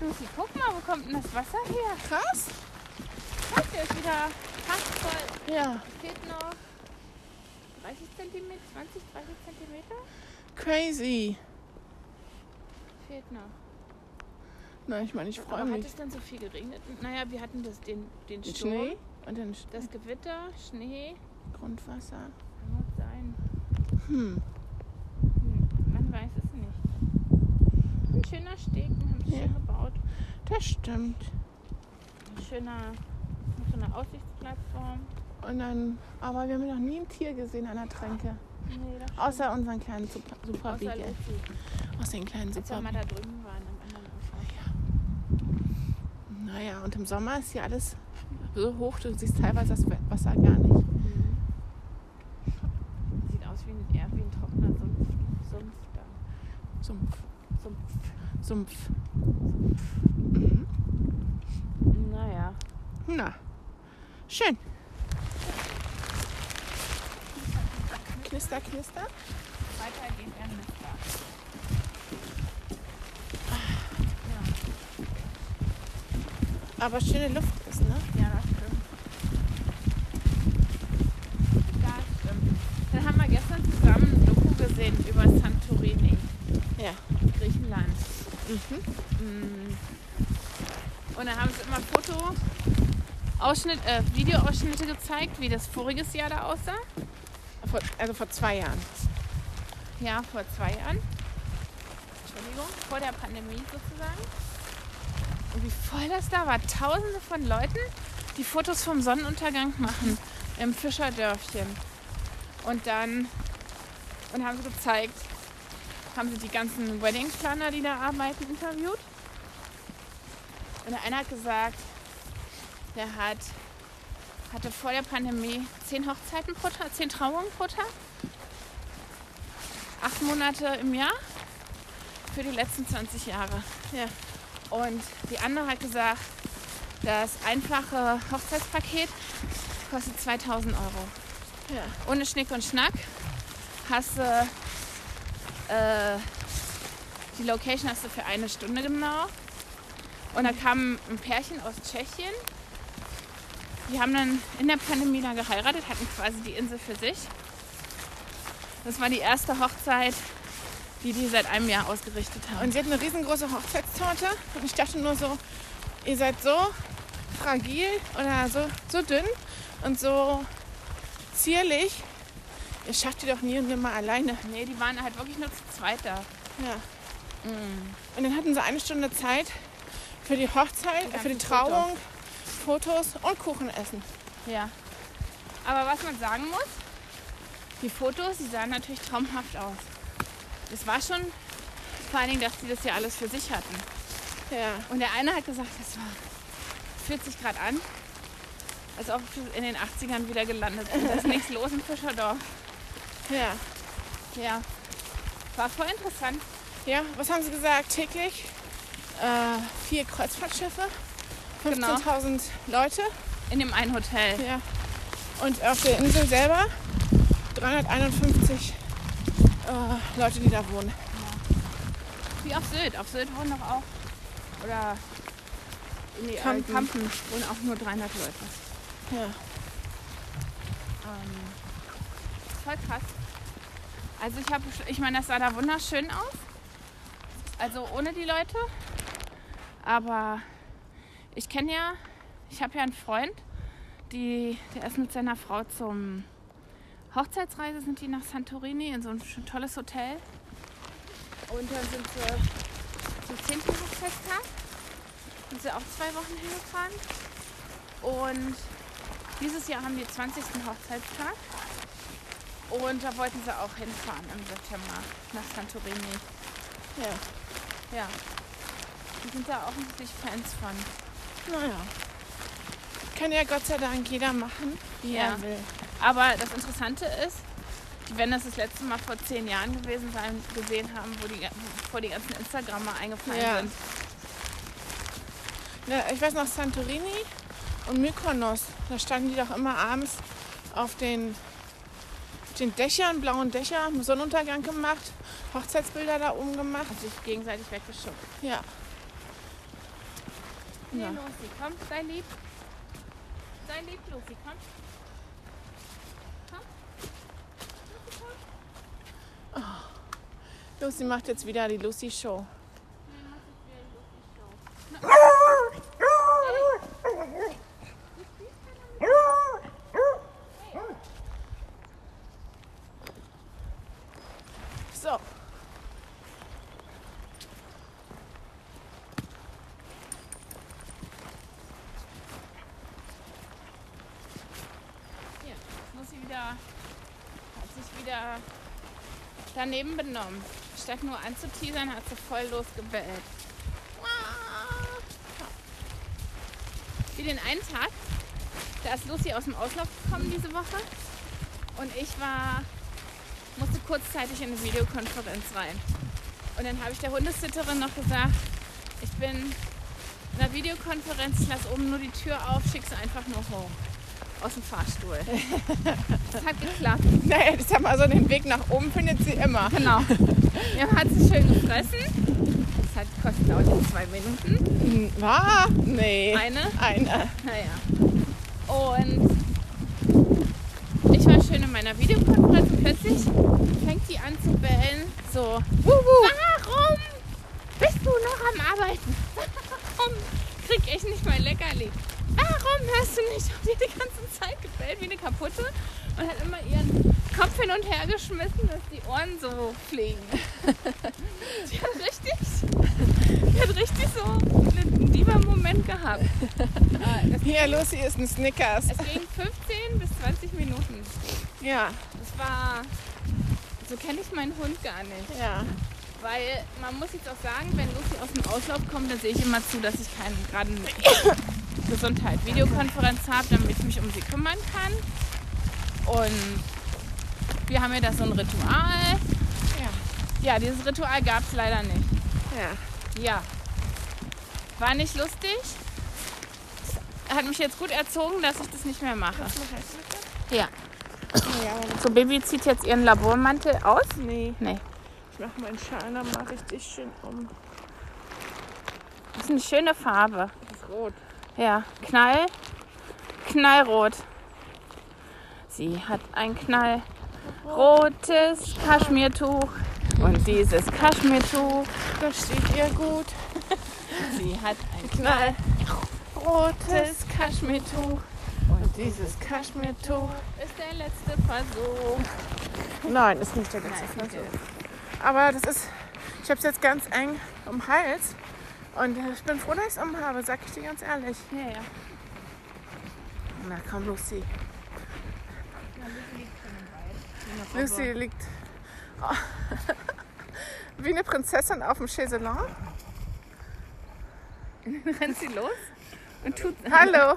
Lucy, guck mal, wo kommt denn das Wasser her?
Krass.
Guck, der ist wieder fast voll.
Ja.
Fehlt noch 30 cm, 20, 30 cm?
Crazy.
Fehlt noch.
Nein, ich meine, ich freue
Aber hat
mich.
es dann so viel geregnet? Naja, wir hatten das, den, den
Den
Sturm,
Schnee und dann Sch-
das Gewitter, Schnee.
Grundwasser.
Muss sein.
Hm.
Hm, man weiß es nicht. Ein schöner Steg, den haben sie
Ja.
schön gebaut.
Das stimmt.
Ein schöner, so eine Aussichtsplattform.
Und dann, aber wir haben noch nie ein Tier gesehen an der Tränke.
Nee, das
Außer unseren kleinen Super, Super
außer
Beagle.
Lucy,
Außer den kleinen
als wir
Super
mal da drüben waren am anderen Ufer.
Naja, und im Sommer ist hier alles so hoch, du siehst teilweise das Wasser gar nicht.
Mhm. Sieht aus wie ein, eher wie ein trockener Sumpf, Sumpf da.
Sumpf,
Sumpf.
Sumpf. Mhm.
Naja.
Na, schön. Knister, knister.
Weiter geht er nicht da.
Aber schöne Luft ist, ne?
Ja, das stimmt. Das stimmt. Dann haben wir gestern zusammen ein Doku gesehen über Santorini.
Ja. Mhm.
Griechenland. Mm. Und dann haben sie immer Foto, Ausschnitt, äh, Videoausschnitte gezeigt, wie das voriges Jahr da aussah.
Vor, also vor zwei Jahren.
Ja, vor zwei Jahren. Entschuldigung, vor der Pandemie sozusagen. Und wie voll das da war. Tausende von Leuten, die Fotos vom Sonnenuntergang machen im Fischerdörfchen. Und dann und haben sie gezeigt, haben sie die ganzen Wedding-Planner, die da arbeiten, interviewt. Und einer hat gesagt, der hat, hatte vor der Pandemie zehn Hochzeiten pro Tag, zehn Trauungen pro Tag acht Monate im Jahr für die letzten 20 Jahre.
Ja.
Und die andere hat gesagt, das einfache Hochzeitspaket kostet 2000 Euro.
Ja.
Ohne Schnick und Schnack hast du äh, die Location hast du für eine Stunde genau. Und da kam ein Pärchen aus Tschechien. Die haben dann in der Pandemie da geheiratet, hatten quasi die Insel für sich. Das war die erste Hochzeit, die die seit einem Jahr ausgerichtet haben.
Und sie hat eine riesengroße Hochzeitstorte. Und ich dachte nur so, ihr seid so fragil oder so, so dünn und so zierlich. Ihr schafft ihr doch nie und nimmer alleine.
nee, die waren halt wirklich nur zu zweit da.
Ja.
Mm.
Und dann hatten sie eine Stunde Zeit für die Hochzeit,
Und
äh, für die
ganzen Fotos.
Trauung, Fotos und Kuchen essen.
Ja. Aber was man sagen muss, die Fotos, die sahen natürlich traumhaft aus. Es war schon vor allen Dingen, dass die das ja alles für sich hatten.
Ja.
Und der eine hat gesagt, es war, fühlt sich gerade an, als ob wir in den 80ern wieder gelandet sind. Da ist nichts los im Fischerdorf.
Ja.
Ja. War voll interessant.
Ja, was haben sie gesagt? Täglich äh, vier Kreuzfahrtschiffe, 15.000
Genau.
Leute.
In dem einen Hotel.
Ja. Und auf der Insel selber 351 äh, Leute, die da wohnen.
Wie auf Sylt. Auf Sylt wohnen doch auch. Oder in die
Kampen.
Kampen. Kampen wohnen auch nur 300 Leute.
Ja.
Ähm, voll krass. Also ich habe, ich meine, das sah da wunderschön aus. Also ohne die Leute. Aber ich kenne ja, ich habe ja einen Freund, die, der ist mit seiner Frau zum Hochzeitsreise, sind die nach Santorini in so ein schön tolles Hotel. Und dann sind sie zum 10. Hochzeitstag sind sie auch zwei Wochen hingefahren. Und dieses Jahr haben die 20. Hochzeitstag. Und da wollten sie auch hinfahren im September nach Santorini.
Ja.
Ja. Die sind da offensichtlich Fans von.
Naja. Kann ja Gott sei Dank jeder machen, wie er will.
Aber das Interessante ist, die werden das das letzte Mal vor zehn Jahren gewesen sein, gesehen haben, wo die, wo die ganzen Instagrammer eingefallen
Ja.
sind.
Ne, ich weiß noch, Santorini und Mykonos, da standen die doch immer abends auf den, auf den Dächern, blauen Dächer, haben Sonnenuntergang gemacht, Hochzeitsbilder da oben gemacht.
Und sich gegenseitig weggeschuckt.
Ja.
Nee,
Ja.
Lucy, komm, sei lieb. Sei lieb, Lucy, komm.
Lucy macht jetzt wieder die Lucy-Show. So.
Jetzt muss sie wieder, hat sich wieder daneben benommen. Statt nur anzuteasern, hat sie voll losgebellt. Wie den einen Tag, da ist Lucy aus dem Auslauf gekommen diese Woche und ich war, musste kurzzeitig in eine Videokonferenz rein. Und dann habe ich der Hundesitterin noch gesagt, ich bin in einer Videokonferenz, ich lasse oben nur die Tür auf, schick sie einfach nur hoch aus dem Fahrstuhl. Das hat geklappt.
Naja, ich sag mal so, den Weg nach oben findet sie immer.
Genau. Wir haben hat sie schön gefressen. Das hat kostet auch nicht zwei Minuten.
Hm, Ah, nee.
Eine.
Eine.
Naja. Und ich war schön in meiner Videokonferenz und plötzlich fängt die an zu bellen. So,
Wuhu.
warum bist du noch am Arbeiten? Warum krieg ich nicht mein Leckerli? Warum hörst du nicht auf die die ganze Zeit gebellt wie eine kaputte und hat immer ihren Kopf hin und her geschmissen, dass die Ohren so fliegen? Die hat richtig, die hat richtig so einen Diva-Moment gehabt. Ah, das-
Hier, Lucy ist ein Snickers.
Es ging 15 bis 20 Minuten.
Ja,
Das war, so kenne ich meinen Hund gar nicht.
ja.
Weil man muss jetzt auch sagen, wenn Lucy aus dem Auslauf kommt, dann sehe ich immer zu, dass ich keine gerade Gesundheit Videokonferenz habe, damit ich mich um sie kümmern kann. Und wir haben ja da so ein Ritual.
Ja.
Ja, dieses Ritual gab es leider nicht.
Ja.
Ja. War nicht lustig. Hat mich jetzt gut erzogen, dass ich das nicht mehr mache. Ja.
Ja, aber
So, Baby zieht jetzt ihren Labormantel aus.
nee.
Nee.
Ich mache meinen Schal noch mal richtig schön um.
Das ist eine schöne Farbe.
Das ist rot.
Ja, Knall, Knallrot. Sie hat ein knallrotes Kaschmirtuch und dieses Kaschmirtuch.
Das steht ihr gut.
Sie hat ein
Knall.
knallrotes
Rotes.
Kaschmirtuch.
Und dieses Kaschmirtuch.
Ist der letzte Versuch.
Nein, ist nicht der ganze
Nein, ist
Versuch.
nicht
Aber das ist, ich habe es jetzt ganz eng um den Hals. Und äh, ich bin froh, dass ich es um habe, sag ich dir ganz ehrlich.
der- Ja, ja.
Na komm, Lucy. Lucy liegt oh, wie eine Prinzessin auf dem Chaiselon.
Rennt sie los und tut,
Hallo.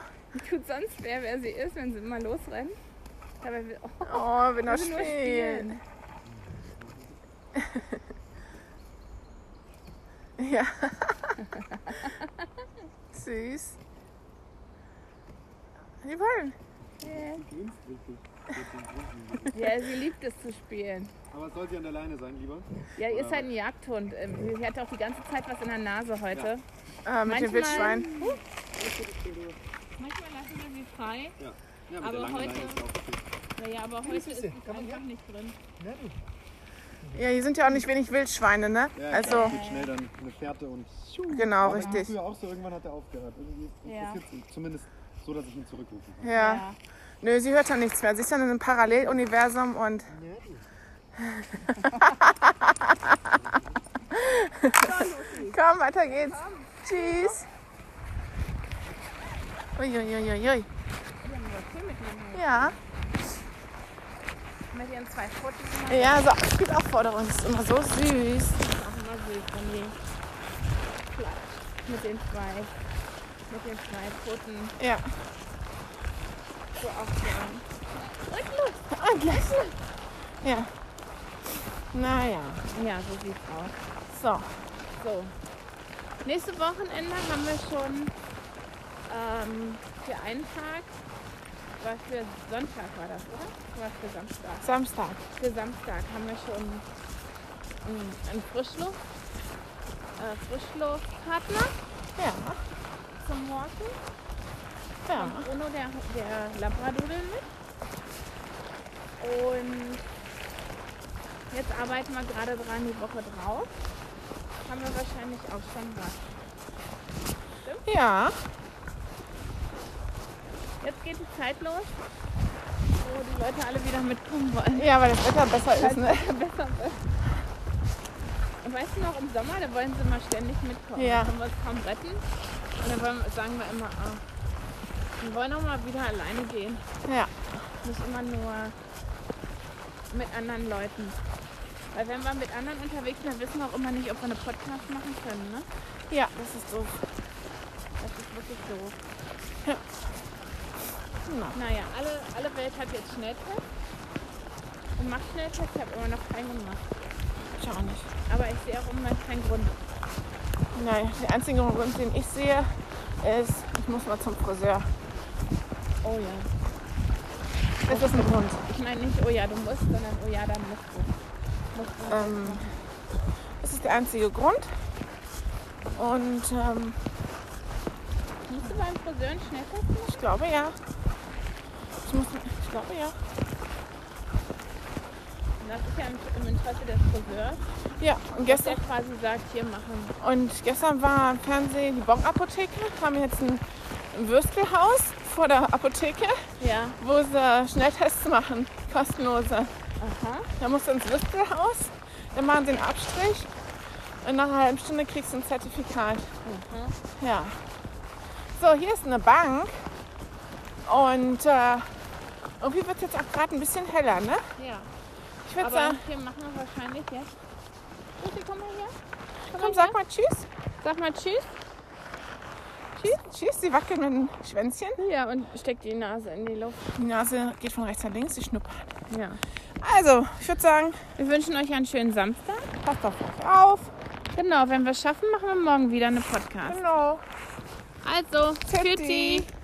tut sonst wer, wer sie ist, wenn sie immer losrennt. Dabei will, oh,
Oh, will noch
will nur
spielen. Ja. Süß. Die wollen.
ja, sie liebt es zu spielen.
Aber es soll sie an der Leine sein, lieber.
Ja, ihr ist halt ein Jagdhund. Ähm, Sie hat auch die ganze Zeit was in der Nase heute.
Ja.
Ah, mit
Manchmal-
dem Wildschwein.
Manchmal lassen wir sie frei.
Ja, mit
Aber
der langen
heute-
Leine ist auch okay.
Naja, aber heute ist es einfach nicht drin.
Ja, hier sind ja auch nicht wenig Wildschweine, ne?
Ja,
Also,
klar, geht schnell dann eine Fährte und.
genau,
Aber das war
richtig.
Früher auch so, irgendwann hat er aufgehört. Irgendwie
Ja.
interessiert sie. Zumindest so, dass ich ihn zurückrufen kann.
Ja. Nö, sie hört schon nichts mehr. Sie ist dann in einem Paralleluniversum und. Komm, weiter geht's. Tschüss. Uiuiuiui. Ja.
Mit ihren zwei Pfoten gemacht.
Ja, so, es gibt auch Forderungen. Das ist immer so süß.
Ach, immer süß, wenn die klatscht. Mit den zwei, mit den zwei Pfoten
Ja.
so aufhören.
Ah, gleich. Ja. Naja.
Ja, so sieht's aus.
So.
So. Nächste Wochenende haben wir schon ähm, für einen Tag, war für Sonntag war das, oder? War für Samstag.
Samstag.
Für Samstag haben wir schon einen, einen Frischluft, äh, Frischluftpartner
Ja.
zum Walken.
Ja.
Und Bruno, der, der Labradudel mit. Und jetzt arbeiten wir gerade dran die Woche drauf. Haben wir wahrscheinlich auch schon was.
Ja.
Jetzt geht die Zeit los, wo die Leute alle wieder mitkommen wollen.
Ja, weil das Wetter besser ist, ne?
Besser wird. Und weißt du noch, im Sommer, da wollen sie mal ständig mitkommen.
Ja.
Da können wir uns kaum retten. Und dann wollen, sagen wir immer, ah, wir wollen auch mal wieder alleine gehen.
Ja.
Nicht immer nur mit anderen Leuten. Weil wenn wir mit anderen unterwegs sind, dann wissen wir auch immer nicht, ob wir eine Podcast machen können. Ne?
Ja, das ist doof.
Das ist wirklich doof.
Ja.
Na. Naja, alle, alle Welt hat jetzt Schnelltest. Und macht Schnelltest, ich habe immer noch keinen gemacht.
Ich auch nicht.
Aber ich sehe auch immer keinen Grund.
Nein, der einzige Grund, den ich sehe, ist, ich muss mal zum Friseur.
Oh ja.
Das ist ein Grund.
Ich meine nicht, oh ja, du musst, sondern oh ja, dann musst du. Musst du.
Ähm, das ist der einzige Grund. Und ähm,
Musst du beim Friseur einen Schnelltest machen?
ich glaube ja. Ich, muss, ich glaube ja.
Das ist ja im, im Interesse des Friseurs,
Ja, und
dass der
gestern,
quasi sagt, hier machen.
und gestern war im Fernsehen die Bon-Apotheke. haben jetzt ein Würstelhaus vor der Apotheke,
Ja.
wo sie Schnelltests machen. Kostenlose.
Aha.
Da musst du ins Würstelhaus, dann machen sie einen Abstrich und nach einer halben Stunde kriegst du ein Zertifikat.
Aha.
Ja. So, hier ist eine Bank und äh, irgendwie wird es jetzt auch gerade ein bisschen heller, ne?
Ja.
Ich würde
Aber
sagen,
hier machen wir wahrscheinlich jetzt. Bitte komm mal her.
komm, sag mal Tschüss.
Sag mal Tschüss.
Tschüss, tschüss. sie wackelt mit dem Schwänzchen.
Ja, und steck die Nase in die Luft.
Die Nase geht von rechts nach links, sie schnuppert.
Ja.
Also, ich würde sagen,
Wir wünschen euch einen schönen Samstag.
passt auf euch auf.
Genau, wenn wir es schaffen, machen wir morgen wieder eine Podcast.
Genau.
Also,
Tschüssi.
tschüssi.